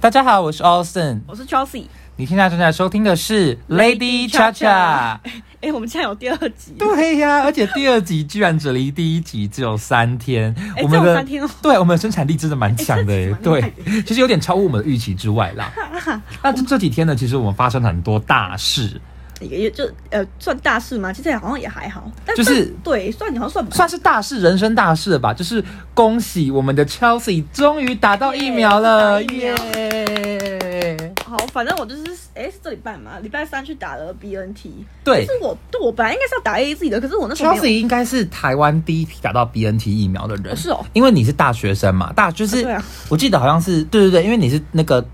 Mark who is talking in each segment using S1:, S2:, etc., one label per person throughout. S1: 大家好，我是 Austin，
S2: 我是 Chelsea。
S1: 你现在正在收听的是 Lady Cha Cha。
S2: 哎、我们现在有第二集，
S1: 对呀、而且第二集居然只离第一集只有三天，
S2: 哎
S1: 我们
S2: 只有
S1: 的
S2: 三天哦
S1: 对我们的生产力真的蛮强的耶、
S2: 哎这
S1: 对，其实有点超乎我们的预期之外 啦。那这这几天呢，其实我们发生了很多大事，
S2: 也也就呃算大事吗？其实也好像也还好，但
S1: 就是
S2: 但对，算你好像算不
S1: 算是大事，人生大事了吧？就是恭喜我们的 Chelsea 终于打到疫苗了，
S2: 耶
S1: 耶
S2: 打！好。反正我就是哎、是这礼拜嘛，礼拜三去打了 BNT。
S1: 对
S2: 但是我对我本来应该是要打 A Z 的，可是我那时候没有。
S1: Chelsea 应该是台湾第一批打到 BNT 疫苗的人，
S2: 哦是哦
S1: 因为你是大学生嘛，大就是、
S2: 啊对啊
S1: 我记得好像是对对对，因为你是那个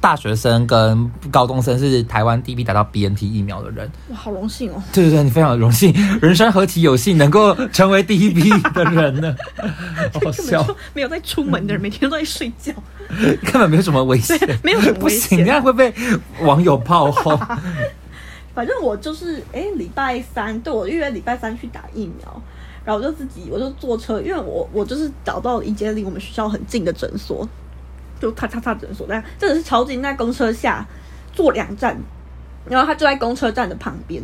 S1: 大学生跟高中生是台湾第一批打到 BNT 疫苗的人，
S2: 哇，好荣幸哦！
S1: 对对对，你非常荣幸，人生何其有幸能够成为第一批的人 呢，好好
S2: 根
S1: 笑嗯
S2: 本，就没有在出门的人，每天都在睡觉，
S1: 根本没有什么危险，
S2: 没有什么
S1: 不
S2: 危
S1: 行，那
S2: 险。啊
S1: 样会被网友炮轰。
S2: 反正我就是哎，礼、拜三对我预约礼拜三去打疫苗，然后我就自己我就坐车，因为我我就是找到了一间离我们学校很近的诊所，就咔嚓嚓诊所，但真的是超近，在公车下坐两站，然后他就在公车站的旁边。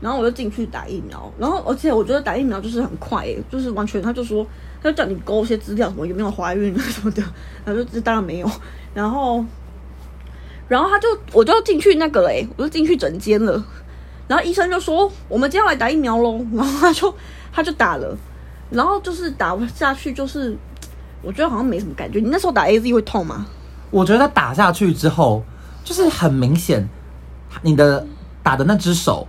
S2: 然后我就进去打疫苗，然后而且我觉得打疫苗就是很快、欸，就是完全他就说他就叫你勾一些资料，什么有没有怀孕啊什么的，然后就当然没有，然后然后他就我就进去那个嘞、我就进去诊间了，然后医生就说我们今天要来打疫苗喽，然后他就他就打了，然后就是打下去就是我觉得好像没什么感觉，你那时候打 A Z 会痛吗？
S1: 我觉得打下去之后，就是很明显，你的打的那只手，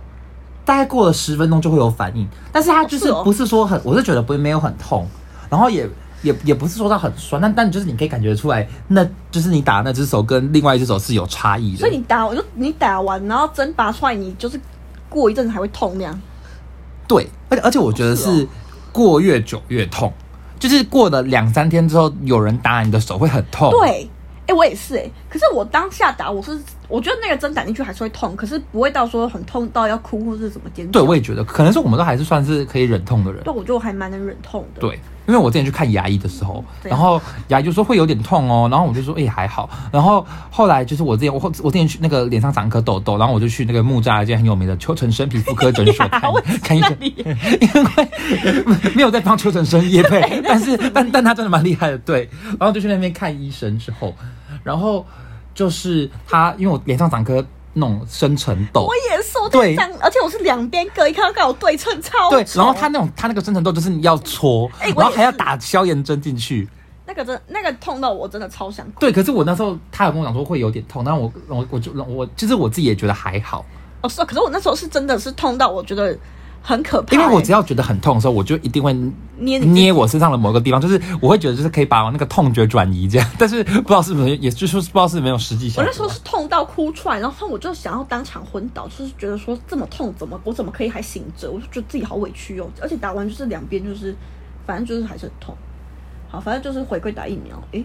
S1: 大概过了十分钟就会有反应，但是它就是
S2: 是哦
S1: 不是说很，我是觉得不没有很痛，然后也也也不是说到很酸，但但就是你可以感觉出来，那就是你打的那只手跟另外一只手是有差异的。
S2: 所以你打我就你打完然后针拔出来，你就是过一阵子还会痛那样。
S1: 对，而且而且我觉得
S2: 是哦
S1: 是过越久越痛，就是过了两三天之后，有人打你的手会很痛。。
S2: 对，哎、我也是哎、可是我当下打，我是我觉得那个针打进去还是会痛，可是不会到说很痛到要哭或是怎么尖叫。
S1: 对，我也觉得，可能是我们都还是算是可以忍痛的人。
S2: 对，我觉得我还蛮能忍痛的。，
S1: 对，因为我之前去看牙医的时候，
S2: 对
S1: 然后牙医就说会有点痛哦，然后我就说哎、还好，然后后来就是我之前我后我之前去那个脸上长一颗痘痘，然后我就去那个木栅一间很有名的邱成生皮肤科诊所看
S2: 我
S1: 看医
S2: 那
S1: 生，
S2: 里
S1: 因为 没有在帮邱成生业 配，但是但但他真的蛮厉害的，对，然后就去那边看医生之后，然后就是他因为我脸上长颗那种深层痘
S2: 我。也是，我
S1: 对
S2: 在长，而且我是两边各一看到刚好对称，超
S1: 对，
S2: 丑
S1: 然后他那种他那个深层痘就是你要搓，
S2: 哎我
S1: 然后
S2: 也
S1: 还要
S2: 是
S1: 打消炎针进去，
S2: 那个真那个痛到我真的超想哭。
S1: 对，可是我那时候他有跟我讲说会有点痛，但我我我就我其实我自己也觉得还好，
S2: 哦，是啊，可是我那时候是真的是痛到我觉得很可怕、
S1: 因为我
S2: 欸
S1: 只要觉得很痛的时候，我就一定会
S2: 捏你自己
S1: 捏我身上的某个地方，就是我会觉得就是可以把我那个痛觉转移这样， 但是不知道是不是，也就是说不知道是没有实际效果。
S2: 我
S1: 啊
S2: 那时候是痛到哭出来，然后我就想要当场昏倒，就是觉得说这么痛，怎么我怎么可以还醒着？我就觉得自己好委屈哦，而且打完就是两边就是，反正就是还是很痛。好，反正就是回归打疫苗，诶，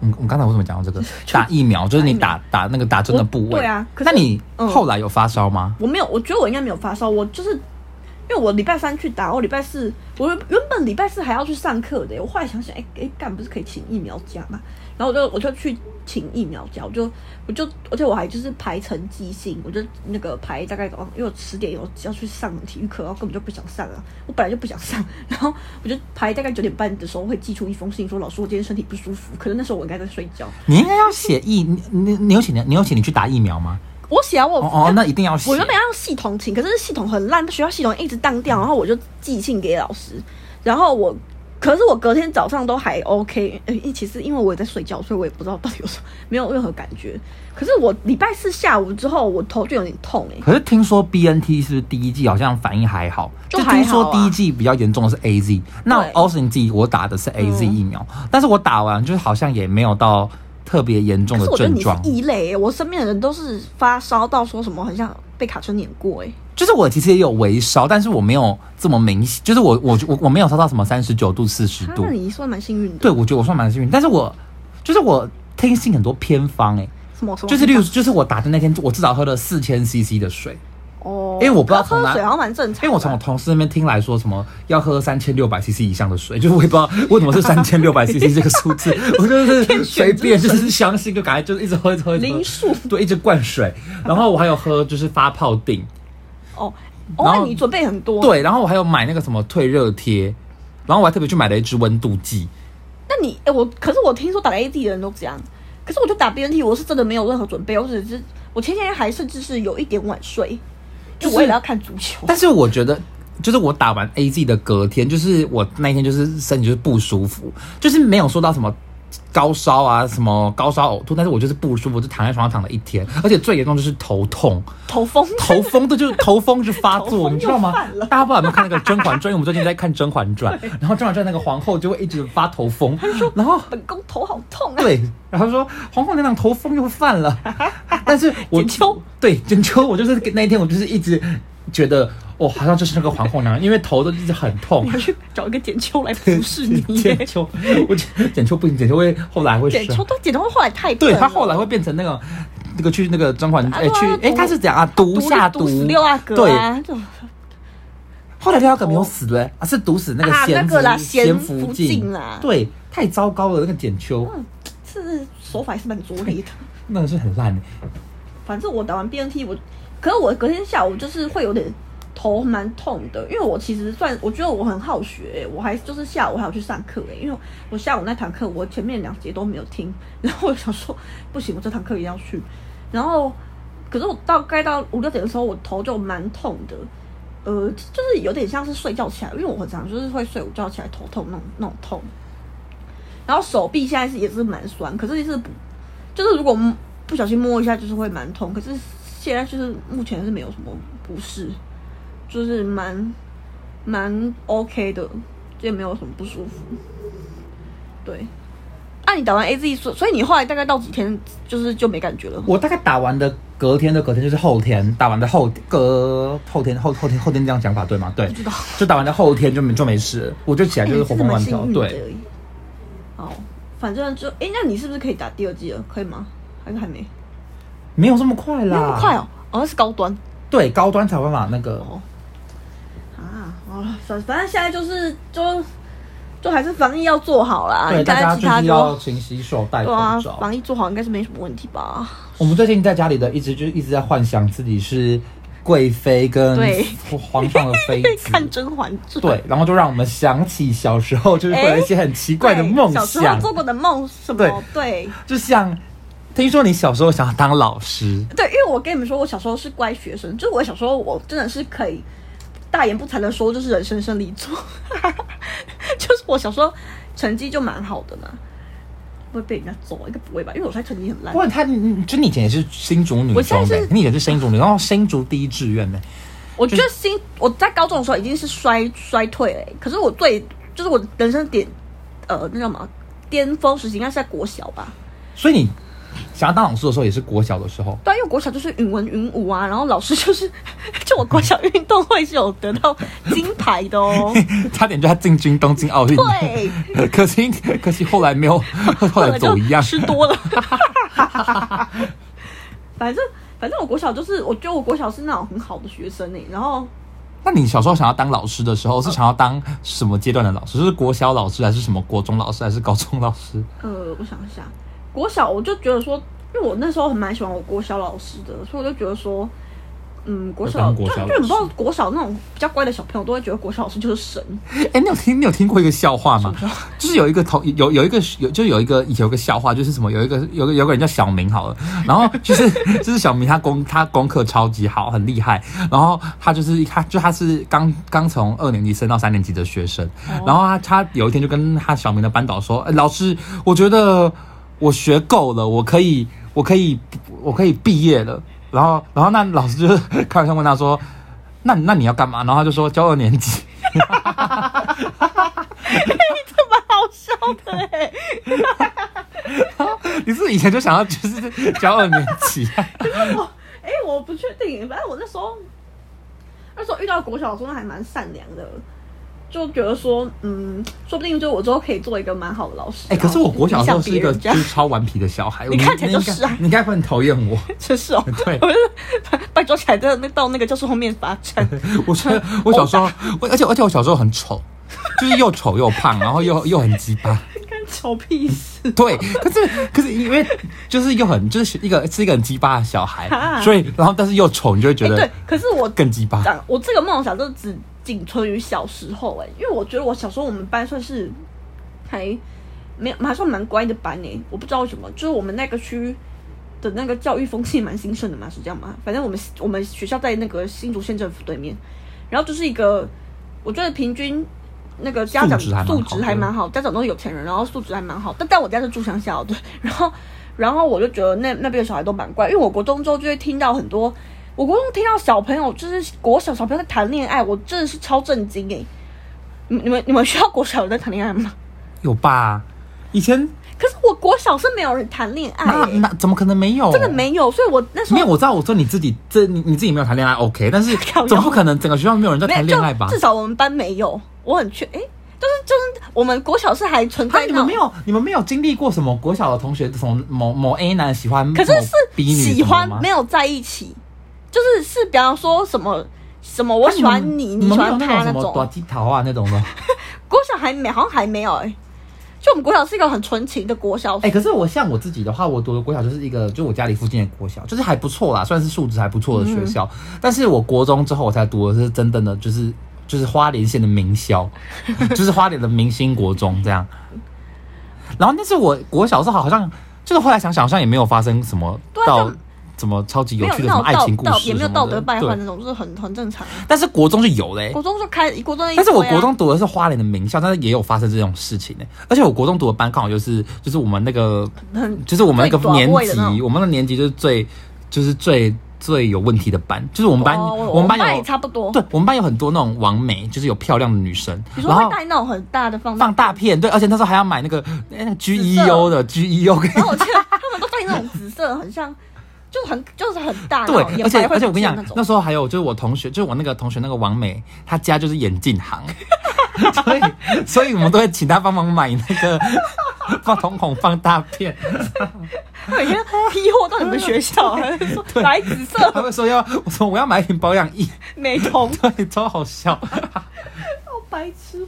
S1: 嗯，我们刚才为什么讲到这个打疫苗，就是你打打那个打针的部位，
S2: 我对啊可是
S1: 那你
S2: 嗯
S1: 后来有发烧吗？
S2: 我没有，我觉得我应该没有发烧，我就是因为我礼拜三去打，我礼拜四我原原本礼拜四还要去上课的，我后来想想，哎、哎，干不是可以请疫苗假吗？然后我就我就去请疫苗假，我就我就而且我还就是排成绩性，我就那个排大概早上，因为我十点有要去上体育课，然后根本就不想上啊，我本来就不想上， 然后我就排大概九点半的时候会寄出一封信说老师我今天身体不舒服，可是那时候我应该在睡觉，
S1: 你应该要写疫，你你你有请你你有请你去打疫苗吗？
S2: 我写啊我
S1: 哦哦，那一定要写
S2: 我。原本要用系统请，可是系统很烂，学校系统一直当
S1: 嗯
S2: 掉，然后我就寄信给老师，然后我，可是我隔天早上都还 OK，呃，其实因为我也在睡觉，所以我也不知道到底有什么， 没有任何感觉。可是我礼拜四下午之后，我头就有点痛哎、
S1: 可是听说 B N T 是不是第一季好像反应还好？
S2: 就还好啊
S1: 听说第一季比较严重的是 A Z，那
S2: 对
S1: Austin 自己我打的是 A Z
S2: 嗯
S1: 疫苗，但是我打完就是好像也没有到特别严重
S2: 可
S1: 的
S2: 是我觉得
S1: 症
S2: 你是
S1: 状，
S2: 异类、欸，我身边的人都是发烧到说什么很像被卡车碾过哎、
S1: 就是我其实也有微烧，但是我没有这么明显，就是我我我我没有烧到什么三十九度四十
S2: 他
S1: 度
S2: 那，你算蛮幸运的，
S1: 对我觉得我算蛮幸运，但是我就是我听信很多偏方哎、欸
S2: 什么什么
S1: 就是例如就是我打的那天我至少喝了四千 CC 的水，
S2: 哦，
S1: 因为我不知道从哪
S2: 喝水好像蛮正常的，
S1: 因为我从我同事那边听来说什么要喝三千六百 CC 以上的水，就是我也不知道为什么是三千六百 CC 这个数字，我就是随便就是相信，就感觉就是一直喝一直喝，一直喝
S2: 零数
S1: 对，一直灌水。然后我还有喝就是发泡锭，
S2: 哦，
S1: 然
S2: 哦，
S1: 后
S2: 那你准备很多，，
S1: 对，然后我还有买那个什么退热贴，然后我还特别去买了一支温度计，
S2: 那你哎、我可是我听说打 AD 的人都这样，可是我就打 BNT，我是真的没有任何准备，我只是我前几天还甚至是有一点晚睡，就
S1: 就是
S2: 为了要看足球，
S1: 但是我觉得。就是我打完 A Z 的隔天，就是我那一天就是身体就是不舒服，就是没有说到什么高烧啊，什么高烧呕吐，但是我就是不舒服，就躺在床上躺了一天，而且最严重就是头 痛，
S2: 头风
S1: 头风，这就是头风是发
S2: 头
S1: 作，
S2: 风
S1: 你知道吗
S2: 又犯了？
S1: 大家不知道有没有看那个《甄嬛传》，因为我们最近在看《甄嬛 传》，然后《甄嬛传》那个皇后就会一直发头风，然后
S2: 本宫头好 痛啊，
S1: 对，然后说皇后娘娘头风又犯 了，但是我
S2: 简秋
S1: 对简秋，我就是那一天我就是一直觉得哦，好像就是那个皇后娘娘，因为头都一直很痛
S2: 你。还去找一个剪秋来服 侍你耶
S1: 简，秋，我觉得简秋不行，简秋会后来会
S2: 剪
S1: 生
S2: 秋，都剪秋后来太
S1: 对
S2: 笨
S1: 他
S2: 了
S1: 后来会变成那个那个去那个甄嬛
S2: 啊
S1: 哎去
S2: 对啊
S1: 哎
S2: 毒
S1: 他是怎样啊毒
S2: 毒
S1: 下
S2: 毒
S1: 毒
S2: 死六阿哥
S1: 对
S2: 啊，这种
S1: 后来六阿哥没有死嘞、啊，是毒死那个
S2: 啊
S1: 贤
S2: 那
S1: 福、
S2: 个啦
S1: 贤
S2: 贤
S1: 福
S2: 福
S1: 晋
S2: 晋啦
S1: 对，太糟糕了，那个简秋，
S2: 嗯是手法还是蛮拙劣的。
S1: 那个是很烂的。
S2: 反正我打完 BNT，我可是我隔天下午就是会有点头蛮痛的，因为我其实算我觉得我很好学、我还就是下午还有去上课哎、因为我下午那堂课我前面两节都没有听，然后我想说不行，我这堂课一定要去，然后可是我到该到五六点的时候，我头就蛮痛的。呃，就是有点像是睡觉起来，因为我很常就是会睡午觉起来头痛那种那种痛，然后手臂现在是也是蛮酸，可是是不就是如果摸不小心摸一下，就是会蛮痛。可是现在就是目前是没有什么不适，就是蛮蛮 OK 的，也没有什么不舒服。对，啊，你打完 AZ 所所以你后来大概到几天就是就没感觉了。
S1: 我大概打完的隔天的隔天就是后天，打完的后隔后天后后天后天这样讲法对吗？对
S2: 不知道，哎
S1: 就打完的后天就没就没事了，我就起来哎就是活蹦乱跳。
S2: 你真的蛮幸运
S1: 对
S2: 的，耶。好，反正就哎、那你是不是可以打第二季了？可以吗？还是还没？
S1: 没有这么快啦，
S2: 那么快哦，哦，那是高端。
S1: 对，高端才有办法那个。
S2: 哦啊，好了，反反正现在就是就就还是防疫要做好啦，
S1: 对，
S2: 你
S1: 大家
S2: 其他
S1: 就是
S2: 就
S1: 要勤洗手、戴
S2: 对
S1: 口
S2: 啊，
S1: 罩。
S2: 防疫做好应该是没什么问题吧？
S1: 我们最近在家里的一直就是一直在幻想自己是贵妃跟
S2: 对
S1: 皇上的妃子，
S2: 看《甄嬛传》
S1: 对，然后就让我们想起小时候就是会有一些很奇怪的
S2: 对
S1: 梦
S2: 哎小时
S1: 想
S2: 候，做过的梦什么
S1: 对？
S2: 对
S1: 就像听说你小时候想要当老师，
S2: 对，因为我跟你们说，我小时候是乖学生，就是我小时候我真的是可以大言不惭的说，就是人生胜利组， 就是我小时候成绩就蛮好的嘛，会被人家揍啊，应该不会吧？因为我现在成绩很烂
S1: 不。过他你就你以前也是新竹女
S2: 我
S1: 中
S2: 现在
S1: 的
S2: 是，
S1: 你以前是新竹女，然后新竹第一志愿呢？
S2: 我觉得新我在高中的时候已经是衰衰退了欸、可是我最就是我人生点呃那叫什么巅峰时期应该是在国小吧？
S1: 所以你想要当老师的时候也是国小的时候，
S2: 对啊，因为国小就是语文云武啊，然后老师就是 就我国小运动会是有得到金牌的哦。
S1: 差点就要进军东京奥运，
S2: 对，
S1: 可惜可惜后来没 有，后来走一样，
S2: 吃多了。 反正反正我国小就是，我觉得我国小是那种很好的学生哎、然后
S1: 那你小时候想要当老师的时候，是想要当什么阶段的老师？就是国小老师，还是什么国中老师，还是高中老师？
S2: 呃，我想一下，国小我就觉得说，因为我那时候很蛮喜欢我国小老师的，所以我就觉得说，嗯，国
S1: 要
S2: 小
S1: 当国
S2: 就
S1: 小老
S2: 就
S1: 师
S2: 很不知道国小那种比较乖的小朋友都会觉得国小老师就是神，
S1: 哎、你有听你有听过一个笑话吗？就是有一个同有有一个有就有一个以前有个笑话，就是什么有一个有个有个人叫小明好了，然后就是 就是小明他功他功课超级好，很厉害，然后他就是他就他是刚刚从二年级升到三年级的学生，然后他他有一天就跟他小明的班导说，哎老师，我觉得我学够了，我可以我可以我可以毕业了，然后然后那老师就是 开玩笑问他说，那那你要干嘛？然后他就说教二年级。
S2: 蛮好笑的哎、
S1: 你是不是以前就想要就是 教二年级、啊？
S2: 我哎、我不确定，反正我那时候那时候遇到国小老师那还蛮善良的，就觉得说，嗯，说不定就我之后可以做一个蛮好的老师 啊。
S1: 哎、可是我国小的时候是一个
S2: 不
S1: 就
S2: 像别
S1: 是
S2: 人
S1: 超顽皮的小孩，
S2: 你
S1: 我
S2: 看起来就是
S1: 你应
S2: 啊
S1: 该你应该会很讨厌我。
S2: 这样，真是哦。
S1: 对
S2: 我就是拜托起来在那到那个教室后面罚站。
S1: 我觉得我小时候，我而且而且我小时候很丑，就是又丑又胖，然后又又很鸡巴。
S2: 干小屁事！
S1: 对，可是可是因为就是又很就是一个是一个很鸡巴的小孩，
S2: 哈
S1: 所以然后但是又丑，你就会觉
S2: 啊哎、对
S1: 得，
S2: 可是我
S1: 更鸡巴。
S2: 长我这个梦想就只仅存于小时候哎、因为我觉得我小时候我们班算是还没有还算蛮乖的班哎、我不知道为什么，就是我们那个区的那个教育风气蛮兴盛的嘛，是这样吗？反正我们我们学校在那个新竹县政府对面，然后就是一个我觉得平均。那个家长
S1: 素质还蛮好
S2: 素
S1: 的
S2: 质还蛮好，家长都是有钱人，然后素质还蛮好。但但我家是住乡下哦，对。然后，然后我就觉得那那边的小孩都蛮怪，因为我国中之后就会听到很多我国中听到小朋友就是国小小朋友在谈恋爱，我真的是超震惊哎、你你们你们学校国小有在谈恋爱吗？
S1: 有吧？以前
S2: 可是我国小是没有人谈恋爱、
S1: 那
S2: 欸，
S1: 那怎么可能没有？
S2: 真的没有，所以我那时候
S1: 没有。我知道，我说你自己这你你自己没有谈恋爱 OK，但是
S2: 靠腰
S1: 总不可能整个学校没有人在
S2: 没有
S1: 谈恋爱吧
S2: 就？至少我们班没有，我很确哎、就是就是我们国小是还存
S1: 啊，
S2: 在
S1: 你
S2: 那
S1: 们
S2: 种
S1: 没，有，你们没有经历过什么国小的同学，什么某某 A 男喜欢某
S2: 可是
S1: B
S2: 是
S1: 女
S2: 喜欢
S1: 什么的吗
S2: 没有在一起，就是是比方说什么什么我喜欢
S1: 你
S2: 你，你
S1: 们没
S2: 喜
S1: 有
S2: 欢
S1: 那种
S2: 他
S1: 什
S2: 那
S1: 么短
S2: 种。
S1: 鸡桃啊那种的。
S2: 国小还没好像还没有哎、就我们国小是一个很纯情的国小，
S1: 哎、可是我像我自己的话，我读的国小就是一个，就我家里附近的国小，就是还不错啦，算是素质还不错的
S2: 嗯
S1: 学校。但是我国中之后，我才读的是真正的，就是就是花莲县的名 校，就是花莲的明星国中这样。然后那是我国小时候好像，就是后来想想，好像也没有发生什么
S2: 对啊
S1: 到、
S2: 就
S1: 什么超级有
S2: 没有
S1: 趣的什
S2: 闹
S1: 么爱
S2: 道
S1: 情故
S2: 道
S1: 事
S2: 也没有
S1: 什么
S2: 道
S1: 的
S2: 德败坏
S1: 对
S2: 那种，就是很很正常。
S1: 但是国中就有嘞、
S2: 国中啊就开，国中、
S1: 但是我国中，读的是花莲的名校，但是也有发生这种事情呢、而且我国中读的班刚好就是就是我们那个
S2: 很
S1: 就是我们那个
S2: 最
S1: 年
S2: 短位的那
S1: 级，
S2: 种
S1: 我们的年级就是最就是最最有问题的班，就是我们班、
S2: 哦
S1: 我们班
S2: 班
S1: 有
S2: 也差不多。，
S1: 对，我们班有很多那种完美，就是有漂亮的女生，
S2: 你说
S1: 然
S2: 会
S1: 后
S2: 带那种很大的放大，
S1: 放大片，对，而且那时候还要买那个那个 G E U 的 G E U 跟。
S2: 然后我记得他们都带那种紫色，很像，就是很就是很大那
S1: 对
S2: 种，眼
S1: 而且
S2: 白会
S1: 而且我跟你讲
S2: 出现那，
S1: 那
S2: 种
S1: 时候还有就是我同学，就是我那个同学那个王美，她家就是眼镜行， 所以所以我们都会请她帮忙买那个 放瞳孔放大片，
S2: 他每天批货到你们 学校，还说来紫
S1: 她
S2: 色
S1: 会说要我说我要买一瓶保养液，
S2: 美瞳，
S1: 对，超好笑。
S2: 好白痴。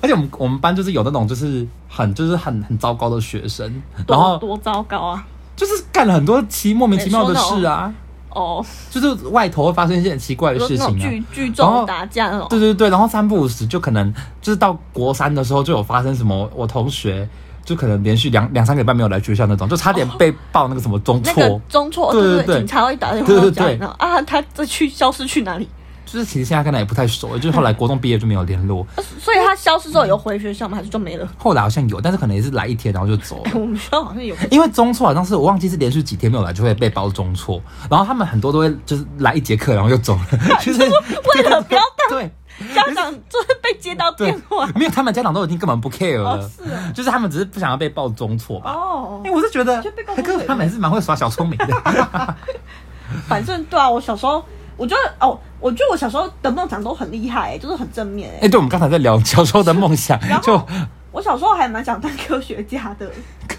S1: 而且我们我们班就是有那种就是很就是很很糟糕的学生，然
S2: 多
S1: 后
S2: 多糟糕啊！
S1: 就是干了很多奇莫名其妙的事啊，
S2: 哦，
S1: 就是外头会发生一些很奇怪的
S2: 说
S1: 事
S2: 那种
S1: 情啊。
S2: 聚聚
S1: 然后
S2: 众打架那种，
S1: 对对对，然后三不五时就可能就是到国三的时候就有发生什么，我同学就可能连续两两三个礼拜没有来学校那种，就差点被报那个什么中
S2: 那
S1: 错，
S2: 个中错，
S1: 对对
S2: 就是
S1: 对
S2: 警察会打电话
S1: 对对
S2: 到家
S1: 对
S2: 里，然后啊，他这去消失去哪里？
S1: 就是其实现在跟他也不太熟，就是后来国中毕业就没有联络，
S2: 啊所以他消失之后有回学校吗？还是就没 了？
S1: 后来好像有，但是可能也是来一天然后就走了
S2: 哎，。我们学校好像有，
S1: 因为中错好像是我忘记是连续几天没有来就会被包中错，然后他们很多都会就是来一节课然后就走 了，就是
S2: 为了不要当
S1: 对
S2: 家长，就是被接到
S1: 对
S2: 电话。，
S1: 没有他们家长都已经根本不 care 了
S2: 哦，是哦
S1: 就是他们只是不想要被报中错吧。
S2: 哦
S1: 因为，我是觉得
S2: 就被，告
S1: 可
S2: 中错
S1: 是他们还是蛮会耍小聪明 的。
S2: 反正对啊，我小时候，我觉得哦，我觉得我小时候的梦想都很厉害、就是很正面哎、
S1: 哎，对，我们刚才在聊小时候的梦想
S2: 然，后
S1: 就
S2: 我小时候还蛮想当科学家的，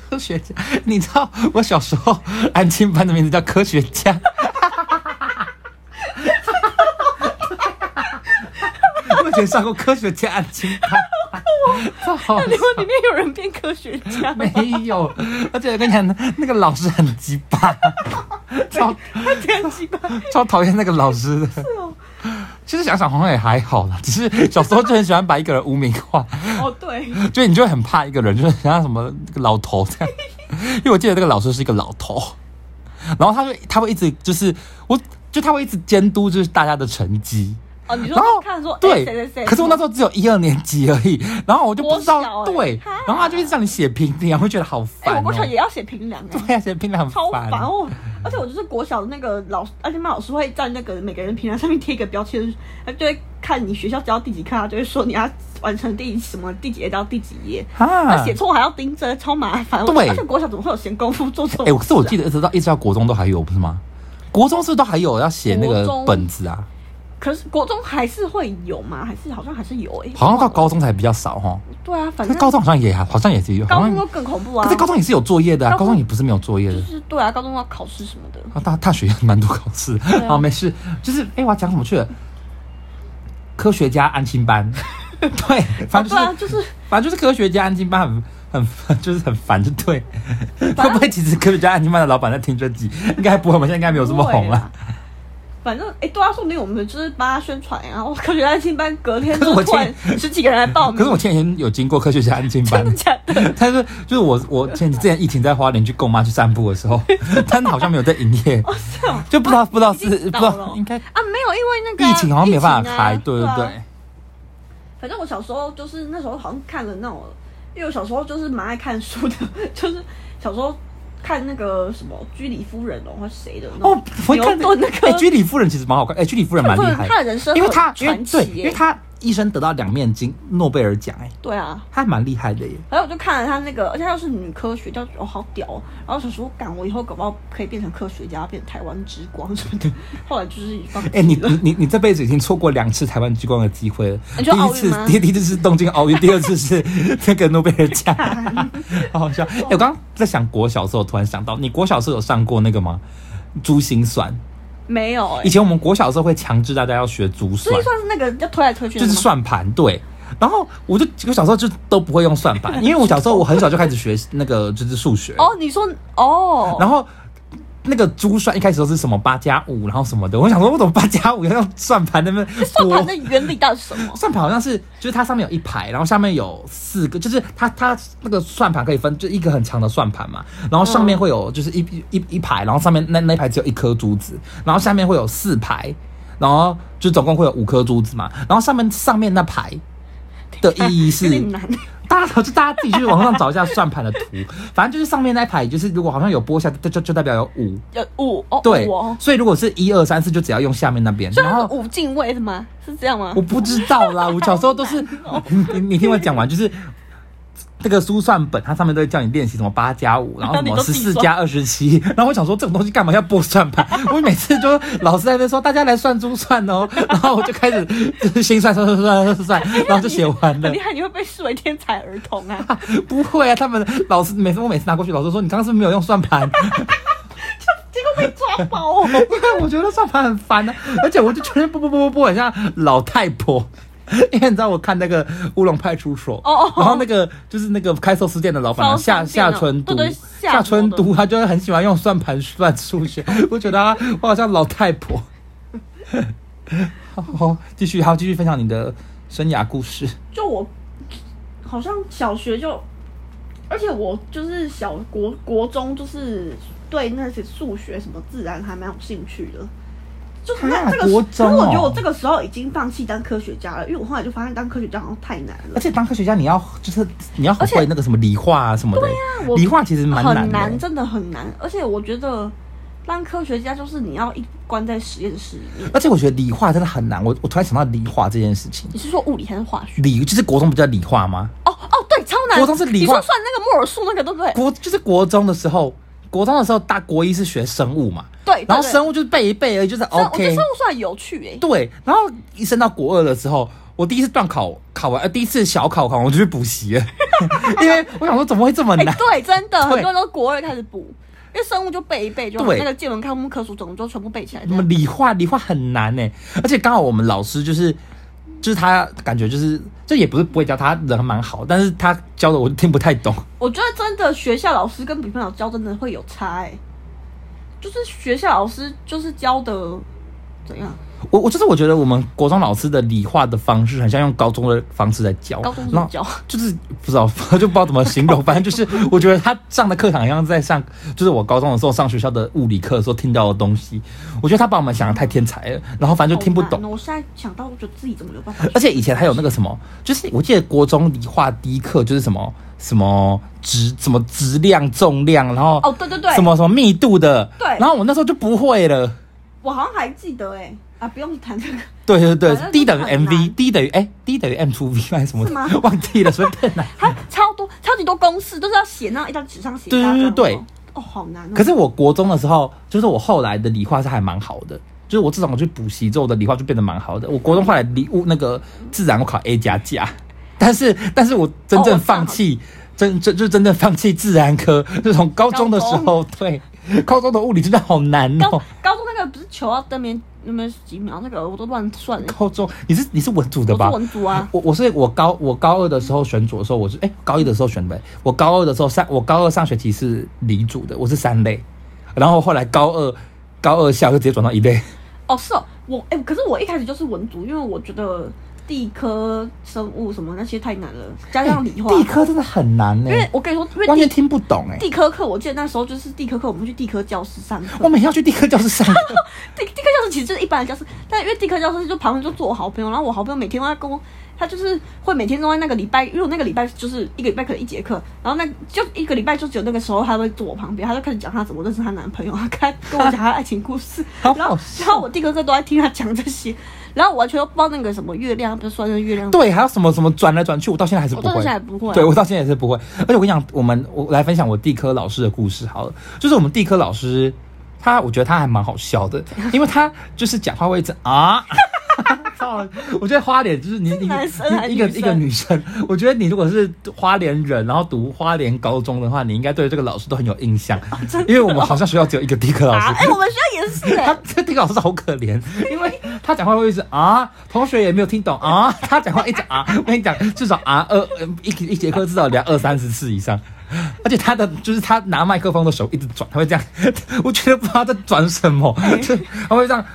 S1: 科学家。 你知道我小时候安亲班的名字叫科学家。 我以前上过科学家安亲班，这好
S2: 那你们里面有人变科学家 吗？
S1: 没有，而且我跟你讲，那个老师很鸡巴， 超
S2: 他这样鸡巴
S1: 超讨厌那个老师的。
S2: 哦
S1: 其实想想好像也还好啦，只是小时候就很喜欢把一个人污名化，
S2: 哦，对，
S1: 就你就会很怕一个人，就是很像什么老头这样。因为我记得那个老师是一个老头，然后他就他会一直就是我就他会一直监督就是大家的成绩。
S2: 哦，你说
S1: 然后
S2: 他看说
S1: 对
S2: 哎谁谁谁，
S1: 可是我那时候只有一二年级而已，然后我就不知
S2: 国小
S1: 道
S2: 欸
S1: 对
S2: 哈，
S1: 然后他就一直让你写评量，会觉得好
S2: 哎、
S1: 烦、哦。
S2: 我国小也要写评量 哎、
S1: 对啊，写评量很
S2: 超
S1: 烦。
S2: 烦哦！而且我就是国小的那个老师，而且老师会在那个每个人评量上面贴一个标签，他就会看你学校教到第几课，他就会说你要完成第什么第几页到第几页。
S1: 啊
S2: 那写错还要盯着，超麻烦。哦
S1: 对
S2: 而且国小怎么会有闲工夫做这种
S1: 哎、
S2: 事啊
S1: 可是我记得一直到一直到国中都还有，不是吗？国中是不是都还有要写那个
S2: 国中
S1: 本子啊？
S2: 可是国中还是会有吗？还是好像还是有哎、
S1: 好像到高中才比较少哈。
S2: 对啊，反
S1: 可是
S2: 正
S1: 高中好像也好像也是有，好
S2: 高
S1: 像
S2: 中都更恐怖啊。
S1: 可是高中也是有作业的啊，
S2: 高
S1: 高
S2: 中
S1: 中也不是没有作业
S2: 就
S1: 的。
S2: 是对啊，高中要考试什么的。
S1: 啊，大 大学也蛮多考试，
S2: 啊
S1: 好没事。就是哎、我要讲什么去了？科学家安亲班， 对，反正就是、
S2: 哦对啊，就是
S1: 反正就是科学家安静班很很 就是很烦，就对。
S2: 正
S1: 会不会其实科学家安静班的老板在听这集？应该不会，我们现在应该没有这么红
S2: 对
S1: 了
S2: 啦。。反正哎、诶对啊，说不定我们就是帮他宣传啊，然后科学安心班隔天
S1: 可是
S2: 就
S1: 我
S2: 突然十几个人来报名，
S1: 可是我前几天有经过科学家安静班
S2: 真的， 假的？
S1: 但是就是我我前之前疫情在花莲去跟我妈去散步的时候， 但好像没有在营业，
S2: 哦，是哦，
S1: 就不知道不知道
S2: 已
S1: 是
S2: 经
S1: 不知
S2: 倒了
S1: 道应该
S2: 啊，没有，因为那个啊、
S1: 疫情好像没办法
S2: 疫情啊
S1: 开，对对
S2: 啊
S1: 对。
S2: 反正我小时候就是那时候好像看了那种，因为我小时候就是蛮爱看书的， 就是小时候看那个什么居里夫人哦，或谁的那
S1: 哦
S2: 种，
S1: 我
S2: 牛
S1: 看
S2: 顿那
S1: 哎，
S2: 个，
S1: 居里夫人其实蛮好看，哎，居里夫人蛮厉害
S2: 他的人生
S1: 因为她
S2: 很
S1: 因为
S2: 传奇
S1: 对，因
S2: 耶
S1: 为她一生得到两面金诺贝尔奖，哎，
S2: 对啊，
S1: 她蛮厉害的耶。
S2: 然后我就看了她那个，而且她又是女科学家，哦，好屌、哦！然后想说，干，我以后搞不好可以变成科学家，变成台湾之光什么的。后来就是放弃了
S1: 哎、 你你你你这辈子已经错过两次台湾之光的机会了。
S2: 你
S1: 第
S2: 说
S1: 一
S2: 奥运
S1: 次
S2: 吗，
S1: 第第一次是东京奥运，第二次是 那个诺贝尔奖， 好好笑。哎、我刚刚在想国小的时候，突然想到，你国小的时候有上过那个吗？珠心算。
S2: 没有哎、
S1: 以前我们国小的时候会强制大家要学珠
S2: 所
S1: 算
S2: 以，算是那个要推来推去
S1: 就
S2: 的吗，
S1: 是算盘对。然后我就我小时候就都不会用算盘，因为我小时候我很小就开始学那个就是数学。
S2: 哦，你说哦，
S1: 然后那个珠算一开始都是什么八加五，然后什么的，我想说我怎么八加五要用算盘那边
S2: 算
S1: 拨
S2: 盘的原理到底是什么？
S1: 算盘好像是，就是它上面有一排，然后下面有四个，就是它它那个算盘可以分，就一个很长的算盘嘛，然后上面会有就是一、一一一排，然后上面那那一排只有一颗珠子，然后下面会有四排，然后就总共会有五颗珠子嘛，然后上面上面那排的意义是
S2: 有点难。
S1: 大家就大家自己去网上找一下算盘的图，反正就是上面那一排，就是如果好像有拨下，就就就代表有五。
S2: 有五哦，
S1: 对
S2: 五哦，，
S1: 所以如果是一二三四，就只要用下面那边。
S2: 所以
S1: 然
S2: 它
S1: 后
S2: 是五进位的吗？是这样吗
S1: 我？不知道 啦，我小时候都是，你你听我讲完，就是这个书算本，它上面都会叫你练习什么八加五，然后什
S2: 你
S1: 么
S2: 都
S1: 十
S2: 自己
S1: 四加二十七，然后我想说这种东西干嘛要拨算盘？我每次 就老师在那边说大家来算珠算哦，然后我就开始就是心算算算算算 算，然后就写完了
S2: 很厉。害，你会被视为天才儿童啊！
S1: 不会啊，他们老师每次我每次拿过去，老师说你刚刚是不是没有用算盘，
S2: 结果被抓包哦。
S1: 因为 我觉得算盘很烦啊，而且我就 觉得不不不不不很像老太婆。因为你知道我看那个《乌龙派出所》
S2: 哦哦
S1: 然后那个就是那个开寿司店的老板娘
S2: 烧
S1: 夏
S2: 香
S1: 夏
S2: 店哦
S1: 春都
S2: 对对夏
S1: 夏春
S2: 什么
S1: 都，她就是很喜欢用算盘算数学，我觉得她我好像老太婆。 好好，继续，好，继续分享你的生涯故事。
S2: 就我好像小学就，而且我就是小国国中就是对那些数学什么自然还蛮有兴趣的。就是
S1: 啊
S2: 那这个时，
S1: 国中哦
S2: 可是我觉得我这个时候已经放弃当科学家了，因为我后来就发现当科学家好像太难了
S1: 而，且当科学家，你要就是你要很
S2: 而且
S1: 会那个什么理化啊什么的。
S2: 我
S1: 理化其实蛮
S2: 很
S1: 的。
S2: 难，真的很难。而且我觉得当科学家就是你要一关在实验室里面。
S1: 而且我觉得理化真的很难。我我突然想到理化这件事情，
S2: 你是说物理还是化学？
S1: 理就是国中不叫理化吗？
S2: 哦哦，对，超难。
S1: 国中是理
S2: 你
S1: 化
S2: 说算那个莫尔数那个对不对？
S1: 国就是国中的时候，国中的时候大国一是学生物嘛，
S2: 对，
S1: 然后
S2: 对
S1: 生物就是背一背而已，就是
S2: 对我觉得
S1: OK
S2: 生。物算有趣哎、
S1: 对，然后一升到国二的时候，我第一次段考考完，呃，第一次小考考完我就去补习 了，因为我想说怎么会这么
S2: 哎、
S1: 难？
S2: 对，真的，
S1: 对
S2: 很多人都国二开始补，因为生物就背一背就好，
S1: 对
S2: 那个见闻科目科属总就全部背起来这
S1: 那么
S2: 样。
S1: 理化理化很难呢，而且刚好我们老师就是。就是他感觉就是，这也不是不会教，他人还蛮好，但是他教的我就听不太懂。
S2: 我觉得真的学校老师跟比方老师教真的会有差哎、就是学校老师就是教的怎样？
S1: 我我就是我觉得我们国中老师的理化的方式很像用高中的方式在教，
S2: 高中怎
S1: 然
S2: 么
S1: 后
S2: 教？
S1: 就是不知道 就不知道怎么形容，反正 就是我觉得他上的课堂像在上，就是我高中的时候上学校的物理课的时候听到的东西，我觉得他把我们想的太天才了，然后反正就听不
S2: 好
S1: 懂
S2: 难。哦我现在想到，我觉得自己怎么有办法学？
S1: 而且以前还有那个什么，就是我记得国中理化第一课就是什么什么质什么质量重量，然后
S2: 哦，对对对，
S1: 什么什么密度的，
S2: 对
S1: 然后我那时候就不会了。
S2: 我好像还记得哎、啊，不用谈这个。
S1: 对对对
S2: 反正就是
S1: ，D 等于
S2: 很
S1: mv
S2: 难
S1: D 等于哎、d 等于 m 除 v 还是什么
S2: 是吗
S1: 的， 忘记了，随便啦。
S2: 它超多超级多公式，都是要写那一张纸上写。
S1: 对对对对。
S2: 哦，好难哦。
S1: 可是我国中的时候，就是我后来的理化是还蛮好的，就是我至少我去补习之后，我的理化就变得蛮好的。我国中后来理物那个自然我考 A 加加，但是但是我真
S2: 哦
S1: 正
S2: 我知道
S1: 放弃、真真就真正放弃自然科，就从高中的时候，对，高中的物理真的好难
S2: 高
S1: 哦。
S2: 高中那个不是球要登边那边几秒，那个我都乱算了。
S1: 高中你是你是文组的
S2: 我
S1: 吧
S2: 是？文组 啊，
S1: 我我是我高我高二的时候选组的时候，我是哎、高一的时候选的，我高二的时候上我高二上学期是理组的，我是三类，然后后来高二高二下就直接转到一类，
S2: 哦是哦，我哎、可是我一开始就是文组，因为我觉得地科、生物什么那些太难了，加上理化，
S1: 哎地科真的很难呢、
S2: 因为我跟你说，因
S1: 完
S2: 为
S1: 全
S2: 地
S1: 听不懂哎、
S2: 地科课，我记得那时候就是地科课，我们去地科教室上课
S1: 我，每天要去地科教室 上课，
S2: 地地科教室其实就是一般的教室，但因为地科教室就旁边就坐我好朋友，然后我好朋友每天都在跟我，他就是会每天都在那个礼拜，因为我那个礼拜就是一个礼拜可能一节课，然后那就一个礼拜就只有那个时候他会坐我旁边，他就开始讲他怎么认识她男朋友，他开跟我讲他爱情故事，
S1: 好
S2: 然后
S1: 好笑
S2: 然后我地科课都在听他讲这些，然后我完全都不知道那个什么月亮，不是说那个月亮，
S1: 对，还有什么什么转来转去，我到现在还是不
S2: 我
S1: 会
S2: 到。现在还不会啊、
S1: 对我到现在也是不会。而且我跟你讲，我们我来分享我地科老师的故事好了，就是我们地科老师，他我觉得他还蛮好笑 的，因为他就是讲话会一直啊。操我觉得花莲就是你你
S2: 男生还是
S1: 一个
S2: 女
S1: 一个
S2: 生
S1: 女生，我觉得你如果是花莲人，然后读花莲高中的话，你应该对这个老师都很有印象，
S2: 哦
S1: 因为我们好像学校只有一个地科老师
S2: 啊，，哎、我们学校 也是哎、
S1: 他这地老师好可怜，因为他讲话会一直啊，同学也没有听懂啊，他讲话一直啊，我跟你讲，至少啊二呃一一节课至少聊二三十次以上，而且他的就是他拿麦克风的手一直转，他会这样，我觉得不知道在转什么，就他会这样。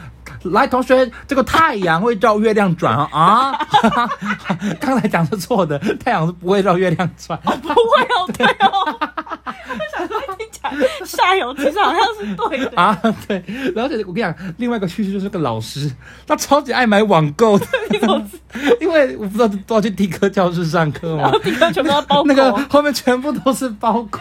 S1: 来，同学，这个太阳会绕月亮转啊！啊， 刚才讲是错的，太阳是不会绕月亮转。
S2: 不会哦，对哦，我想说哎你讲下游其实好像是对的。
S1: 啊，对，然后而且我跟你讲，另外一个趣事就是个老师，他超级爱买网 购的，因为我不知道都要去地科教室上课
S2: 然
S1: 嘛
S2: 后，地科全部都包 裹，啊
S1: 那个后面全部都是包 裹，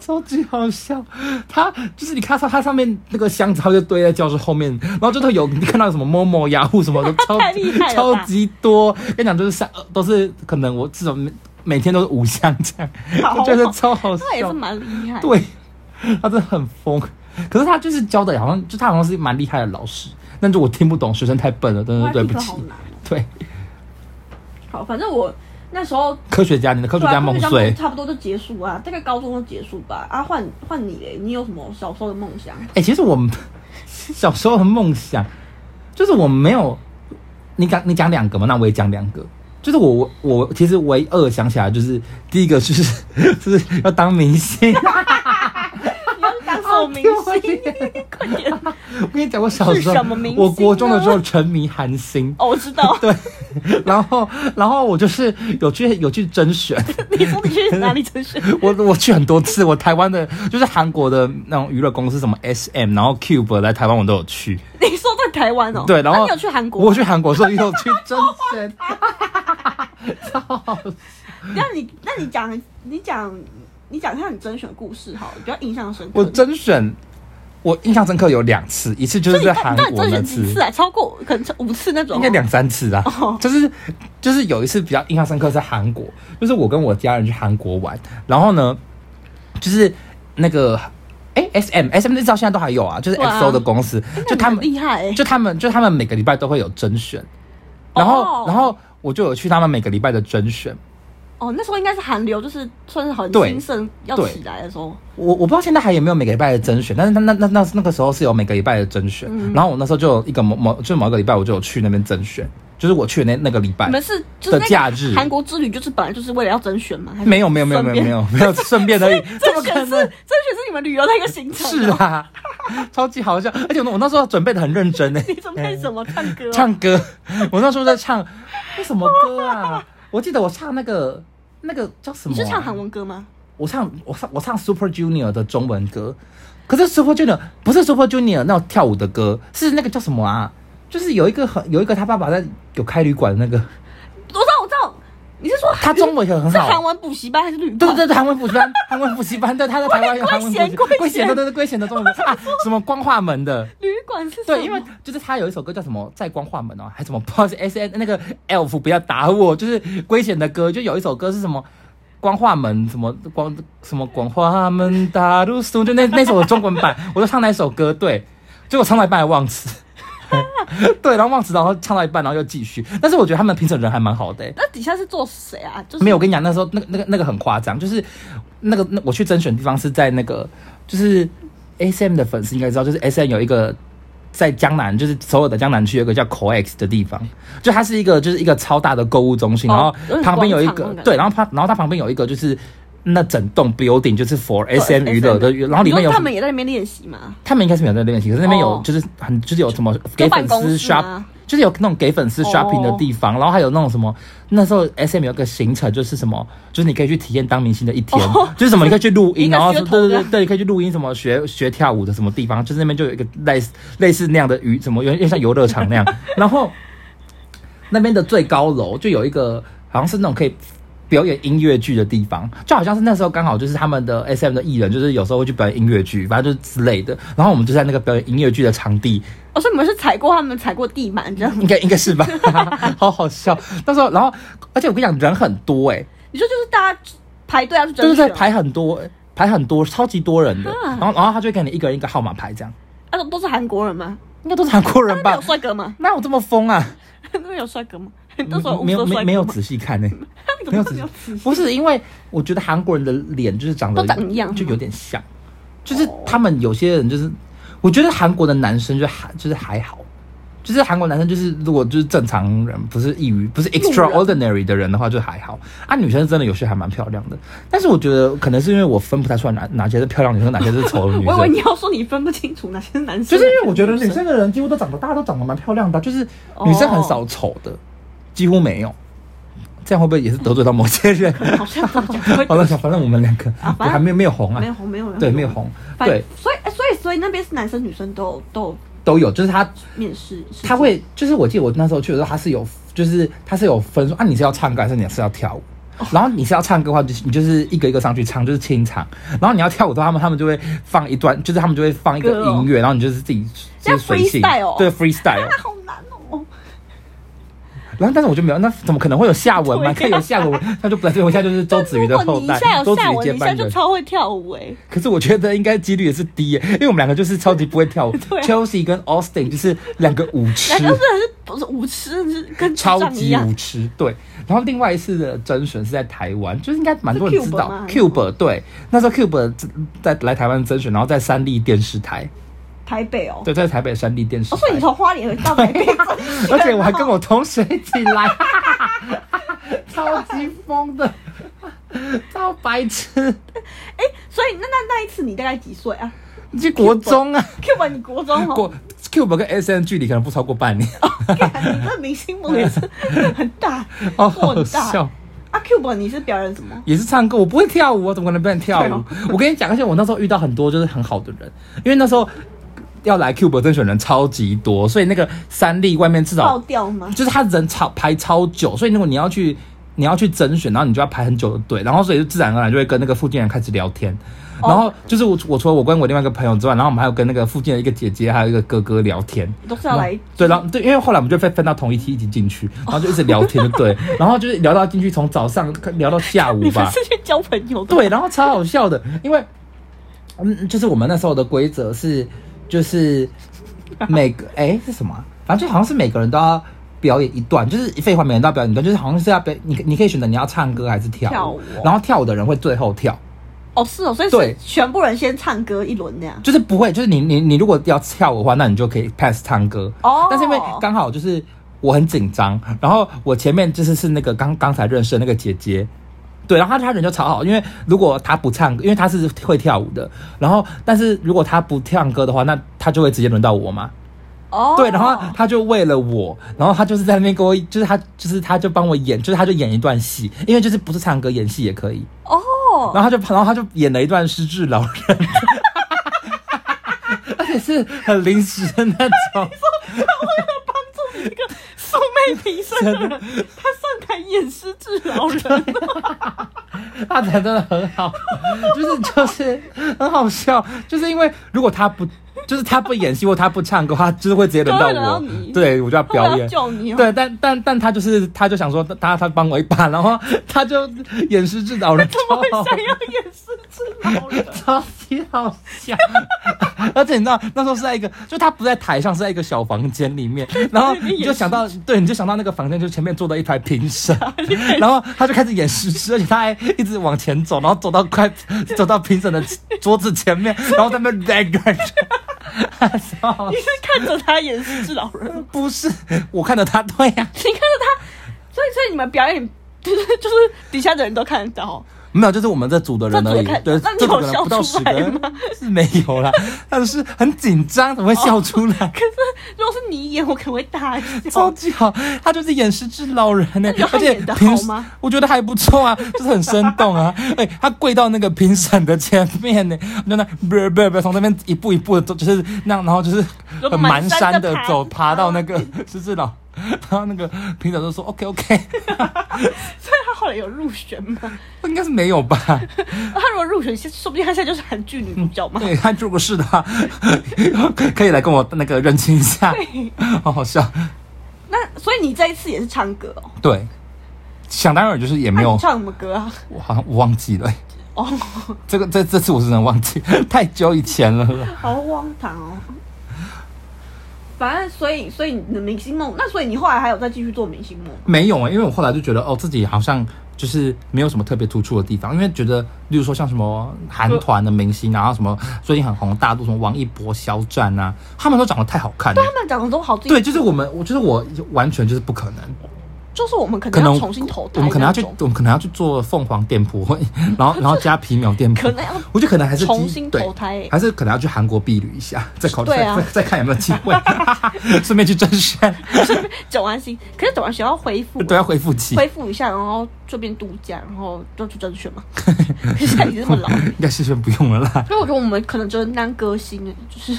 S1: 超级好笑。他就是你看到它上面那个箱子，它就堆在教室后面，然后就会有你看到什么某某雅虎什么的，超
S2: 太厉害了
S1: 超
S2: 吧
S1: 级多。跟你讲，就是三呃都是可能我至少每每天都是五箱这样，
S2: 好
S1: 我觉得超好笑。
S2: 那也是蛮厉害。，
S1: 对，他真的很疯。可是他就是教的，好像就他好像是蛮厉害的老师，但是我听不懂，学生太笨了，真的
S2: 哇，
S1: 是对
S2: 地
S1: 不
S2: 科
S1: 起
S2: 好。难。
S1: 对，
S2: 好，反正我那时候
S1: 科学家，你的科学
S2: 对啊
S1: 家
S2: 科
S1: 梦
S2: 学家
S1: 碎。
S2: 差不多就结束啊，大概高中就结束吧。啊，换换你嘞，你有什么小时候的梦 想？
S1: 哎、其实我们小时候的梦想就是我没有，你讲你讲两个嘛，那我也讲两个。就是我我我其实唯二想起来就是第一个就是 就是要当明星。
S2: 你要当什么 明星？快点！
S1: 我跟你讲，我小时
S2: 是什么
S1: 候
S2: 明，星
S1: 我国中的时候
S2: 呢
S1: 沉迷韩星，
S2: 哦，我知道。
S1: 对，然后然后我就是有去有去甄选，
S2: 你说你去哪里甄选？
S1: 我我去很多次，我台湾的就是韩国的那种娱乐公司，什么 S M，然后 Cube 来台湾我都有去。
S2: 你说在台湾哦？
S1: 对，然
S2: 啊
S1: 后、
S2: 你有去韩国
S1: 我
S2: 吗？
S1: 去韩国的时候也有去甄选。
S2: 那你那你讲你讲你讲一下你甄选故事好了，比较印象深刻。
S1: 我甄选，我印象深刻有两次，一次就是
S2: 所以
S1: 在
S2: 你
S1: 韩
S2: 到底
S1: 国
S2: 甄
S1: 那
S2: 选几次啊？超过可能超五次那种哦、
S1: 应该两三次啊，
S2: 哦
S1: 就是就是有一次比较印象深刻在韩国，就是我跟我家人去韩国玩，然后呢，就是那个哎 S M S M 那到现在都还有啊，就是
S2: 对啊
S1: X O 的公司，
S2: 那你
S1: 就他
S2: 很
S1: 们
S2: 厉害、欸，
S1: 就他们就他们每个礼拜都会有甄选，然后、
S2: 哦
S1: 然后我就有去他们每个礼拜的甄选，
S2: 哦，那时候应该是韩流，就是哦算是很
S1: 对
S2: 兴盛要
S1: 对
S2: 起来的时候。
S1: 我我不知道现在还有没有每个礼拜的甄选，但是那那那那那个时候是有每个礼拜的甄选，
S2: 嗯
S1: 然后我那时候就有一个某某就某一个礼拜我就有去那边甄选，就是我去的那那个礼拜
S2: 你，们是就是那
S1: 的
S2: 个
S1: 假日
S2: 韩国之旅，就是本来就是为了要甄 选嘛？还是
S1: 没有没有没有没有没有没有顺便 而已，怎么可
S2: 顺便。甄选
S1: 能
S2: 是甄选？是你们旅游的一个行程、
S1: 是，啊，超级好笑，而且我我那时候准备的很认真呢，
S2: 你准备什么唱歌、哦？
S1: 唱歌，我那时候在唱那什么歌啊？我记得我唱那个那个叫什
S2: 你
S1: 么、啊？
S2: 是唱韩文歌吗？
S1: 我唱我唱我唱 Super Junior 的中文歌，可是 Super Junior 不是 Super Junior 那种跳舞的歌，是那个叫什么啊？就是有一个很有一个他爸爸在有开旅馆的那个，
S2: 我知道，我知道，你是说
S1: 他中文也很
S2: 是韩
S1: 好。
S2: 文补习班还是旅
S1: 对
S2: 馆？
S1: 对对，韩文补习班，韩文补习班，对，他在台湾有韩文补习，
S2: 龟贤
S1: 龟
S2: 龟
S1: 贤
S2: 贤
S1: 对对对，龟贤的中文歌啊，什么光化门的，
S2: 旅馆是什么
S1: 对，因为就是他有一首歌叫什么在光化门哦，还什么不好意思，S N 那个 Elf 不要打我，就是龟贤的歌，就有一首歌是什么光化门什么光什么光化门大路松，就那那首中文版，我就唱那首歌，对。结果唱到一半还忘词。 对，然后忘词，然后唱到一半，然后又继续。但是我觉得他们评审人还蛮好的、欸，
S2: 那底下是做谁啊？就是
S1: 没有，我跟你讲，那时候那个那个那个很夸张，就是那个那我去甄选的地方是在那个就是 S M 的粉丝应该知道，就是 S M 有一个在江南，就是首尔的江南区有一个叫 COEX 的地方，就它是一个就是一个超大的购物中心，然后
S2: 哦有点
S1: 旁边有一
S2: 广场
S1: 个
S2: 那种
S1: 对，然后它然后它旁边有一个就是那整栋 building 就是 for S M 娱乐的，
S2: SM
S1: 然后里面
S2: 你
S1: 有
S2: 说他们也在那边练习嘛？
S1: 他们应该是没有在练习，可是那边有
S2: 哦
S1: 就是很就是有什么给粉
S2: 办公
S1: 丝
S2: 室
S1: shop，
S2: 吗哦
S1: 就是有那种给粉丝 shopping 的地方，然后还有那种什么那时候 S M 有个行程就是什么，就是你可以去体验当明星的一天，
S2: 哦
S1: 就是什么你可以去录音，
S2: 一个
S1: 然后对
S2: 噱头
S1: 对
S2: 的
S1: 对对，你可以去录音什么学学跳舞的什么地方，就是那边就有一个类似类似那样的娱什么有点像游乐场那样，然后那边的最高楼就有一个好像是那种可以。表演音乐剧的地方，就好像是那时候刚好就是他们的 S M 的艺人，就是有时候会去表演音乐剧，反正就是之类的。然后我们就在那个表演音乐剧的场地，
S2: 哦，所以你们是踩过他们踩过地板这样？
S1: 应该应该是吧， 好好笑。那时候，然后而且我跟你讲，人很多哎、
S2: 你说就是大家排队要去啊
S1: 就是
S2: 甄
S1: 在
S2: 选，
S1: 排很多排很多，超级多人的。
S2: 啊
S1: 然后然后他就会给你一个人一个号码牌这样，
S2: 啊，都都是韩国人吗？
S1: 应该都是韩国人
S2: 那边
S1: 吧
S2: 有？帅哥吗？
S1: 哪有这么疯啊？
S2: 那边有帅哥吗？都说
S1: 嗯没有没有 没有
S2: 紫，
S1: 仔细看呢、
S2: 你怎
S1: 没
S2: 么
S1: 有
S2: 都
S1: 仔
S2: 没有
S1: 细
S2: 紫，
S1: 不是因为我觉得韩国人的脸就是长得
S2: 都长一样
S1: 就有点像，就是他们有些人就是，我觉得韩国的男生就还就是还好，就是韩国男生就是如果就是正常人，不是异于不是 extraordinary 的人的话就还好啊。女生真的有些还蛮漂亮的，但是我觉得可能是因为我分不太出来哪哪些是漂亮女生，哪些是丑的女
S2: 我以为
S1: 生。
S2: 你要说你分不清楚哪些是男生，
S1: 就是因为我觉得
S2: 哪些
S1: 女
S2: 是
S1: 生的人几乎都长得，大家都长得蛮漂亮的啊，就是
S2: 哦
S1: 女生很少丑的，几乎没有。这样会不会也是得罪到某些 人？
S2: 好像不太
S1: 好
S2: 会
S1: 了，反正我们两个
S2: 啊反正
S1: 还没有没有红啊
S2: 没，有红，没有人
S1: 对，没有，红，
S2: 反
S1: 对，
S2: 所以所以所以那边是男生女生都有都有
S1: 都有，就是他
S2: 面试，是
S1: 他会，就是我记得我那时候去的时候，他是有，就是他是有分说啊，你是要唱歌还是你是要跳舞。
S2: 哦
S1: 然后你是要唱歌的话，就是你就是一个一个上去唱，就是清唱。然后你要跳舞的话，他们他们就会放一段，就是他们就会放一个
S2: 歌哦
S1: 音乐，然后你就是自己就
S2: 要
S1: 是随性
S2: freestyle 哦，
S1: 对 freestyle
S2: 啊。好难哦，
S1: 然后但是我就没有，那怎么可能会有下文嘛？
S2: 对啊
S1: 可以有下文，他就不对。我现在就是周子瑜的
S2: 如果
S1: 后
S2: 你一
S1: 代
S2: 下，
S1: 周
S2: 有
S1: 子
S2: 下
S1: 瑜
S2: 文，
S1: 接
S2: 你一下
S1: 班
S2: 就
S1: 人。
S2: 超会跳舞哎、
S1: 可是我觉得应该几率也是低耶，因为我们两个就是超级不会跳舞。
S2: 对啊
S1: Chelsea 跟 Austin 就是两个舞 痴
S2: 两，个真的是不是舞痴，是跟智
S1: 超
S2: 障一
S1: 级
S2: 样
S1: 舞。痴。对，然后另外一次的甄选是在台湾，就是应该蛮多人知道
S2: 是 Cube
S1: Cube。对，那时候 Cube 在来台湾甄选，然后在三立电视台，
S2: 台北哦，
S1: 对，在台北三立电视
S2: 哦，所以你
S1: 台。
S2: 从花莲到台北，
S1: 而且我还跟我同学一起来， 超级疯的，超白痴，
S2: 哎、所以那那那一次你大概几岁啊
S1: 你去国中啊。
S2: ？Q 版你国中哦，
S1: 国 Cube 跟 S N 距离可能不超过半年，
S2: 干你这明星梦也是很大，
S1: 哦，
S2: 做
S1: 好
S2: 很大
S1: 笑。
S2: 啊，Q 版你是表演什么？
S1: 也是唱歌，我不会跳舞，我啊怎么可能不能跳舞？我跟你讲，而且我那时候遇到很多就是很好的人，因为那时候要来 Cube 甄选人超级多，所以那个三立外面至
S2: 爆
S1: 少
S2: 掉吗？
S1: 就是他人超排超久，所以如果你要去你要去甄选，然后你就要排很久的队，然后所以就自然而然就会跟那个附近人开始聊天。
S2: 哦
S1: 然后就是我，我除了我跟我另外一个朋友之外，然后我们还有跟那个附近的一个姐姐，还有一个哥哥聊天。
S2: 都是要来
S1: 对，然后对，因为后来我们就被分到同一梯一起进去，然后就一直聊天，就对，然后就是聊到进去，从早上聊到下午
S2: 你们
S1: 吧。
S2: 是去交朋友的？
S1: 对，，然后超好笑的，因为嗯，就是我们那时候的规则是，就是每个哎、是什么啊、反正就好像是每个人都要表演一段，就是废话，每人都要表演一段，就是好像是要表你可你可以选择你要唱歌还是跳舞，
S2: 跳舞
S1: 然后跳舞的人会最后跳。
S2: 哦是哦，所以
S1: 对
S2: 是全部人先唱歌一轮那样。
S1: 就是不会，就是你你你如果要跳舞的话，那你就可以 pass 唱歌。
S2: 哦
S1: 但是因为刚好就是我很紧张，然后我前面就是是那个刚刚才认识的那个姐姐。对，然后她她人就超好，因为如果她不唱，因为她是会跳舞的，然后但是如果她不唱歌的话，那她就会直接轮到我嘛。
S2: 哦，
S1: 对，然后他就为了我，然后他就是在那边给我，就是他就是他就帮我演，就是他就演一段戏，因为就是不是唱歌演戏也可以，
S2: 哦，
S1: 然后他就然后他就演了一段失智老人， 而且是 很临时的那种，
S2: 帮助你这个素昧平生的人，他上台演失智老人。
S1: 他弹真的很好，就是就是很好笑，就是因为如果他不就是他不演戏或他不唱歌，他就是会直接轮到
S2: 就会轮到
S1: 我
S2: 你，
S1: 对我就要 表
S2: 我要
S1: 演。
S2: 救你哦。
S1: 对，但但但他就是他就想说他他帮我一把，然后他就演失智老人，
S2: 怎么会想要掩饰自 老人？
S1: 超级好笑， 而且你知道那时候是在一个，就他不在台上，是在一个小房间里面，然 后你就想到，对，你就想到那个房间，就前面坐的一排评 审，然后他就开始演实施，而且他还一直往前走，然后走到快走到评审的桌子前 面，然后在那边
S2: 你是看着他掩饰自老人，
S1: 不是，我看着他，对呀、
S2: 你看着他，所以所以你们表演就是就是底下的人都看得到，
S1: 没有，就是我们这组的人而已
S2: 这组也看，
S1: 对，
S2: 那你
S1: 这组
S2: 有
S1: 的人不到十
S2: 笑出
S1: 个
S2: 来
S1: 人
S2: 吗
S1: 是没有啦，但是很紧张，怎么会笑出来？
S2: 可是如果是你演，我可能会大
S1: 超
S2: 笑。
S1: 级好，他就是演失智老人呢、
S2: 那他
S1: 而且
S2: 演得好
S1: 平时
S2: 吗
S1: 我觉得还不错啊，就是很生动啊。哎、他跪到那个评审的前面呢、就那不是不是不是从那边一步一步的走，就是那样，然后就是
S2: 就
S1: 很
S2: 满
S1: 蹒
S2: 山啊
S1: 跚
S2: 地
S1: 的
S2: 爬
S1: 走，爬到那个 失智老，然后那个评审就说 OK OK，
S2: 所以他后来有入选吗？
S1: 应该是没有吧？
S2: 他如果入选，说不定他现在就是韩剧女主角嘛。
S1: 嗯对，他如果是的话， 可可以来跟我那个认清一下，
S2: 对，
S1: 好好笑。
S2: 那所以你这一次也是唱歌哦？
S1: 对，想当然就是也没
S2: 那
S1: 有
S2: 你，唱什么歌啊？
S1: 我好像我忘记了、
S2: 哦，
S1: 这个这这次我是真的忘记， 太久以前了啦。
S2: 好荒唐哦。反正，所以，所以你的明星梦，那所以你后来还有再继续做明星梦？
S1: 没有啊，因为我后来就觉得哦，自己好像就是没有什么特别突出的地方，因为觉得，例如说像什么韩团的明星，然啊后什么最近很红大陆什么王一博、肖战啊，他们都长得太好看了
S2: 他。们长得都好，
S1: 对，，就是我们，我觉得我完全就是不可能，
S2: 就是我们可
S1: 可
S2: 能
S1: 能
S2: 要重新投胎，
S1: 我们可能要去，我们可能要去做凤凰店铺， 会然后然后加皮秒店铺，
S2: 可能要
S1: 我觉得可能还是
S2: 重
S1: 基
S2: 新
S1: 对
S2: 投胎
S1: 还是可能要去韩国避旅一下，再考虑、
S2: 对啊
S1: 再再再看有没有机会， 顺便去甄选。
S2: 九安心，可是九安心要恢 复，
S1: 都要恢复期，
S2: 恢复一下，然后这边度假，然后就去甄选 嘛。现在已经这么老，
S1: 应该是先不用了 啦，
S2: 所以我觉得我们可能就是当歌星，就是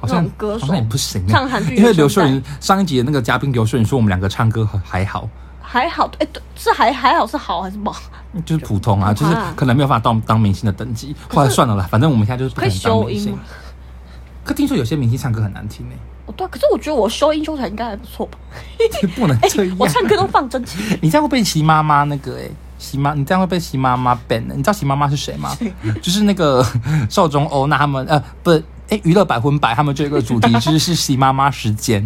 S1: 好像
S2: 那种歌手
S1: 好像也不行欸，
S2: 唱韩剧
S1: 因为
S2: 原
S1: 刘秀
S2: 声带
S1: 云上一集的那个嘉宾刘秀云说我们两个唱歌还好，
S2: 还好，哎、对，是还还好是好还是不好？
S1: 就是普通啊，
S2: 就
S1: 就是可能没有办法当当明星的等级，后来算了啦，反正我们现在就是不
S2: 可以
S1: 能当
S2: 修
S1: 明
S2: 音
S1: 星
S2: 吗。？
S1: 可听说有些明星唱歌很难听呢、
S2: 哦，对啊，可是我觉得我修音修起来应该还 不错吧？
S1: 欸，不能
S2: 哎、
S1: 这样。
S2: 我唱歌都放真情，
S1: 你这样会被席妈妈那个哎、席妈，你这样会被席妈妈 ban 的。你知道席妈妈是谁吗？就是那个 邵忠欧，那他们呃不，哎娱乐百分百他们这个主 题是是席妈妈时间。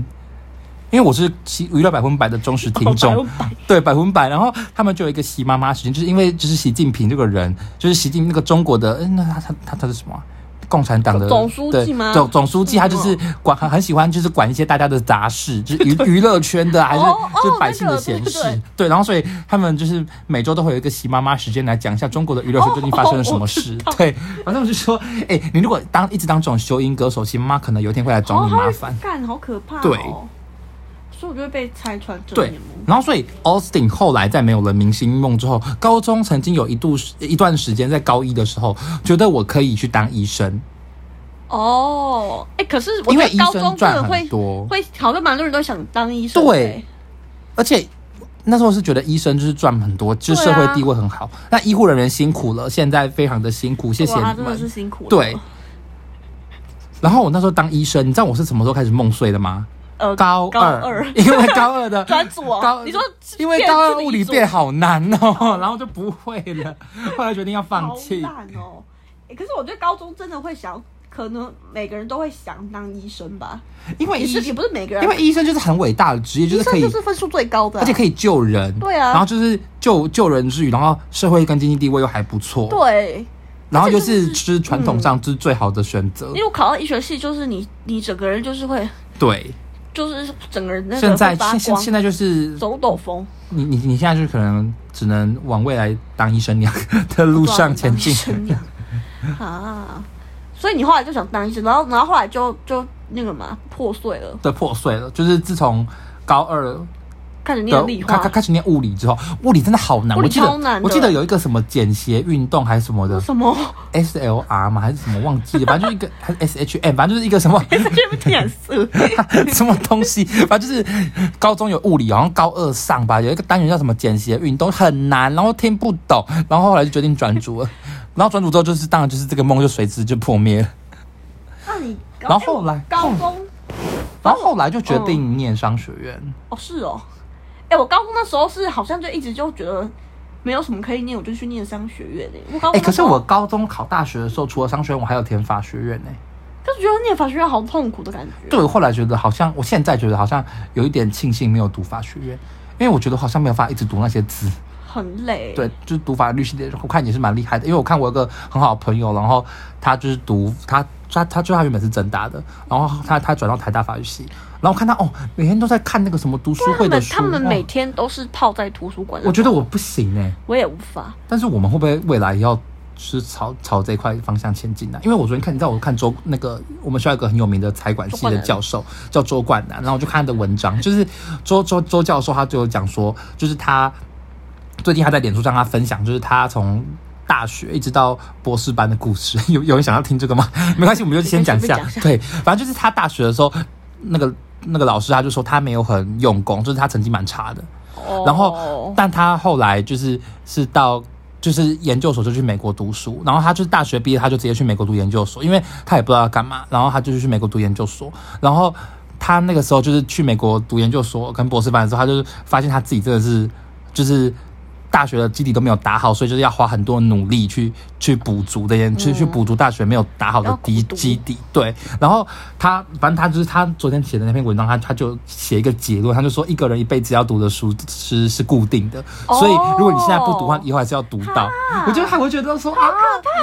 S1: 因为我是席娱乐百分百的忠实听众，
S2: 哦百分百
S1: 对百分百，然后他们就有一个习妈妈时间，就是因为就是习近平这个人，就是习近那个中国的，嗯，那他他他他是什么啊、共产党的
S2: 总书记吗嗯哦
S1: 对总总书记，他就是管很很喜欢，就是管一些大家的杂事，就是娱娱乐圈的啊还是
S2: 哦哦
S1: 就百姓的
S2: 那个
S1: 闲
S2: 对
S1: 事
S2: 对对。
S1: 对，然后所以他们就是每周都会有一个习妈妈时间来讲一下中国的娱乐
S2: 哦
S1: 圈最近发生了什么事。对，反正我就说，哎、你如果当一直当这种修音歌手，其实妈可能有一天会来找
S2: 哦，
S1: 你
S2: 他
S1: 麻
S2: 会
S1: 烦。
S2: 干，好可怕、哦。
S1: 对
S2: 所以我就会被拆穿真
S1: 对
S2: 面目。，
S1: 然后所以 Austin 后来在没有了明星梦之后，高中曾经有一度一段时间在高一的时候，觉得我可以去当医生，
S2: 哦，哎、可是我
S1: 因为
S2: 觉得
S1: 医
S2: 高
S1: 生
S2: 中真的
S1: 赚
S2: 会
S1: 很多，
S2: 会好像蛮多人都想当医生、
S1: 对
S2: 哎
S1: 而且。那时候是觉得医生就是赚很多，就是社
S2: 对啊
S1: 会地位很好。那医护人员辛苦了，现在非常的辛苦，谢谢
S2: 哇，
S1: 你
S2: 真的是
S1: 们。
S2: 辛苦了。
S1: 对，然后我那时候当医生，你知道我是什么时候开始梦碎的吗？
S2: 呃，
S1: 高
S2: 高二
S1: 因为高二的
S2: 专注哦
S1: 高
S2: 你说
S1: 因为
S2: 变
S1: 高二
S2: 自己
S1: 物理
S2: 组
S1: 变好难哦， 然后就不会了， 后来决定要放
S2: 好
S1: 弃。
S2: 烂哦、欸可是我觉得高中真的会想，可能每个人都会想当医生吧，
S1: 因为
S2: 也
S1: 医
S2: 是也不是每个人，
S1: 哎因为医生就是很伟大的职业，就
S2: 医
S1: 是可
S2: 生
S1: 以，
S2: 就是分数最高的啊、
S1: 而且可以救人，
S2: 对啊
S1: 然后就是救救人之余，然后社会跟经济地位又还不错，，
S2: 对，
S1: 然后又
S2: 而
S1: 是
S2: 且就是嗯
S1: 就是传统上就是最好的选择
S2: 因，为我考到医学系，就是你你整个人就是会，
S1: 对。
S2: 就是整个人那
S1: 现
S2: 个
S1: 在
S2: 会发
S1: 现现
S2: 光，
S1: 现在就是
S2: 走斗风。
S1: 你你你现在就是可能只能往未来当医生娘的路上前进，
S2: 啊！所以你后来就想当医生，然后然后后来就就那个嘛破碎了，
S1: 的破碎了。就是自从高二
S2: 开始
S1: 的
S2: 念理
S1: 开开
S2: 化，
S1: 开始念物理之后，物理真的好难，
S2: 物理
S1: 我记得
S2: 超难的
S1: 我记得有一个什么减斜运动还是什么的
S2: 什么
S1: SLR 嘛还是什么忘记了，反正就一个还是 SHM，反正就是一个什 么。
S2: 这边 点色，
S1: 什么东西？反正就是高中有物理，好像高二上吧，有一个单元叫什么简谐运动，很难，然后听不懂，然后后来就决定转组了。然后转组之后，就是当然就是这个梦就随之就破灭了。
S2: 那你高
S1: 然后后来
S2: 高
S1: 后
S2: 中
S1: 然后后来就决定念商学院，
S2: 哦是哦，哎、我高中那时候是好像就一直就觉得没有什么可以念，我就去念商学院哎、我高
S1: 哎、
S2: 中
S1: 可
S2: 那时
S1: 是
S2: 候、
S1: 我高中考大学的时候，除了商学院，我还有填法学院呢、
S2: 可是觉得念法学院好痛苦的感觉。
S1: 对，我后来觉得好像，我现在觉得好像有一点庆幸没有读法学院，因为我觉得好像没有办法一直读那些字。
S2: 很累。
S1: 对，，就是读法律系的，我看也是蛮厉害的。因为我看我有个很好的朋友，然后他就是读他他他就他原本是正大的，然后他他转到台大法律系，然后我看他哦，每天都在看那个什么读书
S2: 他
S1: 会的
S2: 们
S1: 书，
S2: 啊他们
S1: 哇
S2: 每天都是泡在图书馆。
S1: 我觉得我不行哎、
S2: 我也无法。
S1: 但是我们会不会未来也要是朝朝这一块方向前进呢、因为我昨天看，你知道我看周那个我们学校有一个很有名的财管系的教授叫周冠南，然后我就看他的文章，就是周周周教授他就有讲说，就是他最近他在脸书上他分享，就是他从。大学一直到博士班的故事，有有人想要听这个吗？没关系，我们就先讲一下
S2: 随便。
S1: 对，反正就是他大学的时候，那个那个老师他就说他没有很用功，就是他成绩蛮差的。
S2: 哦
S1: 然后，但他后来就是是到就是研究所就去美国读书，然后他就是大学毕业他就直接去美国读研究所，因为他也不知道要干嘛，然后他就是去美国读研究所，然后他那个时候就是去美国读研究所跟博士班的时候，他就是发现他自己真的是就是。大学的基底都没有打好，所以就是要花很多努力去去补足这件，去去补足大学没有打好的
S2: 要
S1: 基
S2: 苦读
S1: 基底。对，然后他反正他就是他昨天写的那篇文章，他他就写一个结论，他就说一个人一辈子要读的书是是固定的，
S2: 哦
S1: 所以如果你现在不读，以后还是要读到。我就还会觉得说啊，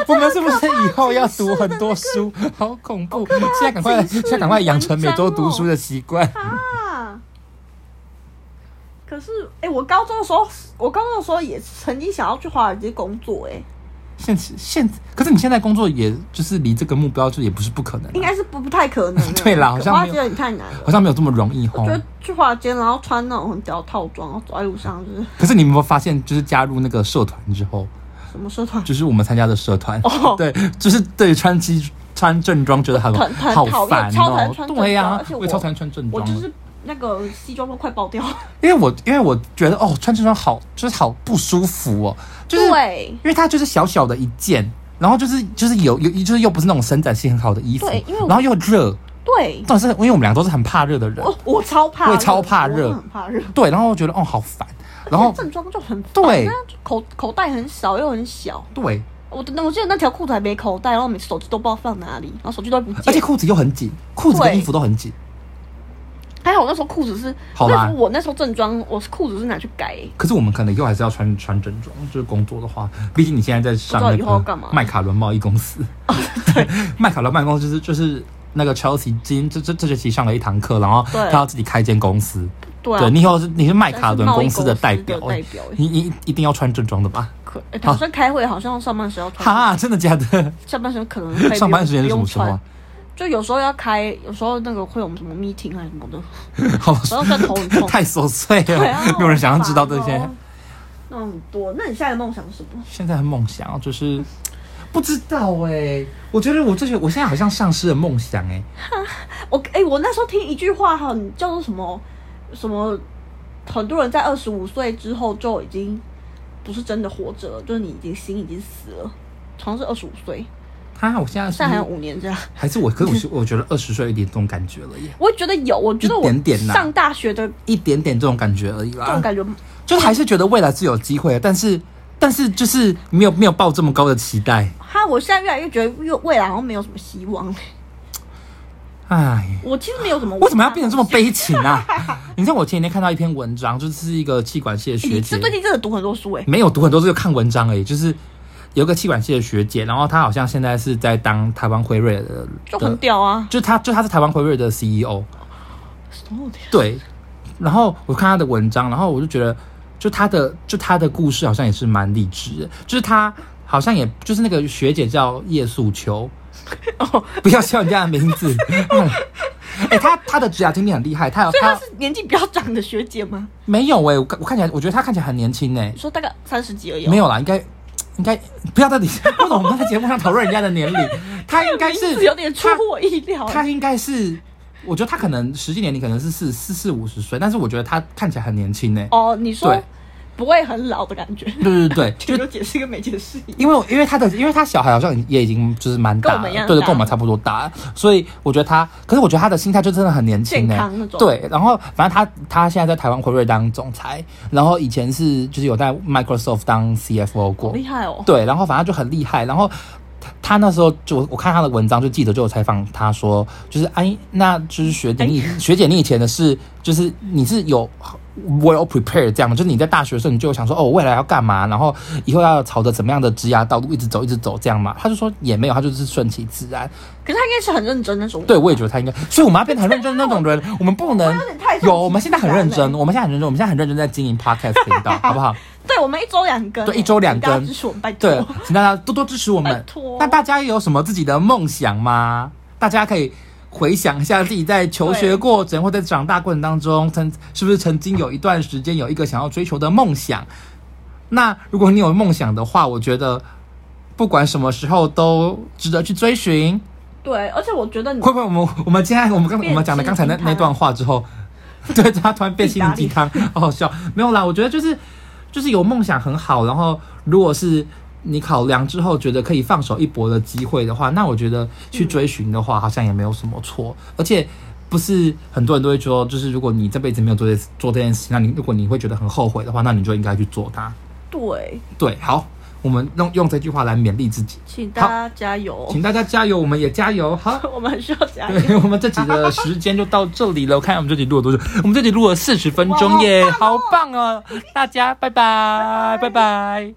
S1: 我们是不是以后要读很多书？ 好恐怖！现在赶快，
S2: 情绪
S1: 现在赶快养成每周读书的习惯。
S2: 啊。可是，哎、我高中的时候，我高中的时候也曾经想要去华尔街工作、哎，
S1: 现现可是你现在工作也就是离这个目标就也不是不可能啊、
S2: 应该是不不太可能了。
S1: 对啦好像
S2: 华尔
S1: 没有
S2: 街很太难了。
S1: 好像没有这么容易
S2: 我
S1: 哦
S2: 觉。得去华尔街，然后穿那种很屌的套装，然后走在路上就是
S1: 可是你有没有发现，就是加入那个社团之后，
S2: 什么 社团，
S1: 就是我们参加的社团，
S2: 哦
S1: 对，就是对于穿西穿正装觉得很
S2: 很很
S1: 好
S2: 讨厌
S1: 烦
S2: 超讨
S1: 哦
S2: 厌穿，正装
S1: 对呀、
S2: 而且我
S1: 我也超讨厌穿正
S2: 我
S1: 装的，
S2: 就是那个西装都快爆掉了。
S1: 因为我因为我觉得哦，穿正装好就是好不舒服哦，就是
S2: 对
S1: 因为它就是小小的一件，然后就是就是有有就是又不是那种伸展性很好的衣服
S2: 对因为，我
S1: 然后又热，
S2: 对，
S1: 但是因为我们俩都是很怕热的人，
S2: 我我超怕热，
S1: 我也超怕热
S2: 我真的很怕热。
S1: 对，然后我觉得哦好烦，然
S2: 而
S1: 后
S2: 且正装就很烦
S1: 对
S2: 啊就口口袋很少又很小。
S1: 对，
S2: 我的那我记得那条裤子还没口袋，然后每次手机都不知道放哪里，然后手机都不
S1: 而且
S2: 见。
S1: 裤子又很紧，裤子跟
S2: 对
S1: 衣服都很紧，
S2: 还好我那时候裤子是，
S1: 好啦
S2: 那时候我那时候正装，我裤子是拿去改、
S1: 可是我们可能以后还是要穿穿正装，就是工作的话，毕竟你现在在上
S2: 不知道
S1: 那
S2: 以后要
S1: 个
S2: 干嘛哦
S1: 麦卡伦贸易公司。对， 麦卡伦贸易公司就是就是那个 Chelsea 今这这这学期上了一堂课，然后
S2: 对
S1: 他要自己开一间公司。
S2: 对啊，
S1: 你以后是你是麦卡伦公司的代
S2: 但是
S1: 表
S2: 贸易公司的代表
S1: 欸你你一定要穿正装的吧？
S2: 可、欸、好像开会，好像上半时要穿，
S1: 哈，真的假的？
S2: 下半时可能可以不用
S1: 上班时间是什么时候
S2: 不用
S1: 啊
S2: 穿？就有时候要开，有时候那个会有什么 meeting 还是什 么的，
S1: 好
S2: 然后现在头很痛。
S1: 太琐碎
S2: 对啊
S1: 了，没有人想要知道这。
S2: 好
S1: 些
S2: 烦哦。那很多，那你现在的梦想是什么？
S1: 现在的梦想就是不知道哎、我觉得我这些我现在好像丧失了梦想哎、
S2: 我哎、我那时候听一句话哈，你叫做什么什么，很多人在二十五岁之后就已经不是真的活着了，就是你已经心已经死了，好像是二十五岁，
S1: 哈，我现在是
S2: 现在还有五年这样。
S1: 还嗯是我，可是我是我觉得二十岁有一点这种感觉了耶，
S2: 我觉得有，我觉得我
S1: 一点点啦啊
S2: 上大学的
S1: 一点点这种感觉而已啦。
S2: 这种感觉，
S1: 就是还是觉得未来是有机会的，但是但是就是没有没有抱这么高的期待。
S2: 哈，我现在越来越觉得越未来好像没有什么希望。
S1: 唉，
S2: 我其实没有什么，
S1: 为什么要变成这么悲情啊？ 你知道我前几天看到一篇文章，就是一个气管系的
S2: 哎
S1: 学
S2: 你
S1: 姐嗯
S2: 这，最近真的读很多书哎、
S1: 没有读很多字，就看文章而已，就是。有个气管系的学姐，然后她好像现在是在当台湾辉瑞的，
S2: 就很屌啊！
S1: 就她就她是台湾辉瑞的 E CEO，
S2: 哦天
S1: 对，然后我看他的文章，然后我就觉得，就他的就他的故事好像也是蛮励志的，就是他好像也就是那个学姐叫叶素秋，
S2: 哦，
S1: 不要笑人家的名字。 哎、他他的职涯经历很厉害，他有
S2: 所以她
S1: 他
S2: 是年纪比较长的学姐吗？
S1: 没有哎、我看我看起来，我觉得他看起来很年轻哎、
S2: 你说大概三十几而已哦、
S1: 没有啦，应该应该不要在底下，不懂我们在节目上讨论人家的年 龄，他应该
S2: 名
S1: 是
S2: 字有点出
S1: 他
S2: 乎我意料。
S1: 他应该是，我觉得他可能实际年龄可能是四四四五十岁，但是我觉得他看起来很年轻呢、欸
S2: 哦，你说
S1: 对
S2: 不会很老的感觉。
S1: 对对对，就
S2: 就 有解释跟没解释一样。
S1: 因为我因为他的，因为他小孩好像也已经就是蛮大
S2: 跟我
S1: 了，
S2: 们一样
S1: 对对，
S2: 大
S1: 跟我们差不多大，所以我觉得他，可是我觉得他的心态就真的很年轻
S2: 健
S1: 哎、
S2: 康那种
S1: 对，然后反正他他现在在台湾辉瑞当总裁，然后以前是就是有在 Microsoft 当 CFO
S2: 好
S1: 过，
S2: 厉害哦！
S1: 对，然后反正就很厉害，然后。他他那时候就我看他的文章，就记者就有采访他说，就是哎，那就是学姐你
S2: 哎
S1: 学姐你以前的是就是你是有 well prepared 这样吗？就是你在大学的时候你就有想说哦，我未来要干嘛，然后以后要朝着怎么样的职涯道路一直走一直走这样嘛？他就说也没有，他就是顺其自然。
S2: 可是他应该是很认真那种人吧。
S1: 对，我也觉得他应该，所以我们要变得很认真的那种人，我们 不能
S2: 有点太顺
S1: 有，
S2: 其
S1: 我们现在很
S2: 自然
S1: 认真，
S2: 了
S1: 我们现在很认真，我们现在很认真在经营 podcast 频道，好不好？
S2: 对，我们一周两更，
S1: 对一周两更
S2: 大家支持我们，拜托。
S1: 对，请大家多多支持我
S2: 拜
S1: 们
S2: 托。
S1: 那大家有什么自己的梦想吗？大家可以回想一下自己在求学过程或在长大过程当中，曾是不是曾经有一段时间有一个想要追求的梦想？那如果你有梦想的话，我觉得不管什么时候都值得去追寻。
S2: 对，而且我觉得你
S1: 会不会我们我们现在我们刚
S2: 变
S1: 我们讲的刚才那
S2: 心灵鸡汤
S1: 那段话之后， 对他突然变心灵鸡汤，好好笑。没有啦，我觉得就是就是有梦想很好，然后如果是你考量之后觉得可以放手一搏的机会的话，那我觉得去追寻的话好像也没有什么错，而且。不是很多人都会说，就是如果你这辈子没有做这做这件事情，那你如果你会觉得很后悔的话，那你就应该去做它。
S2: 对，
S1: 对，好，我们用用这句话来勉励自己，
S2: 请大家加油，
S1: 请大家加油，我们也加油，好。
S2: 我们很需要加油。
S1: 对， 我们这集的时间就到这里了。我看我们这集录了多久？我们这集录了四十分钟耶，好棒哦！大家拜拜，拜拜。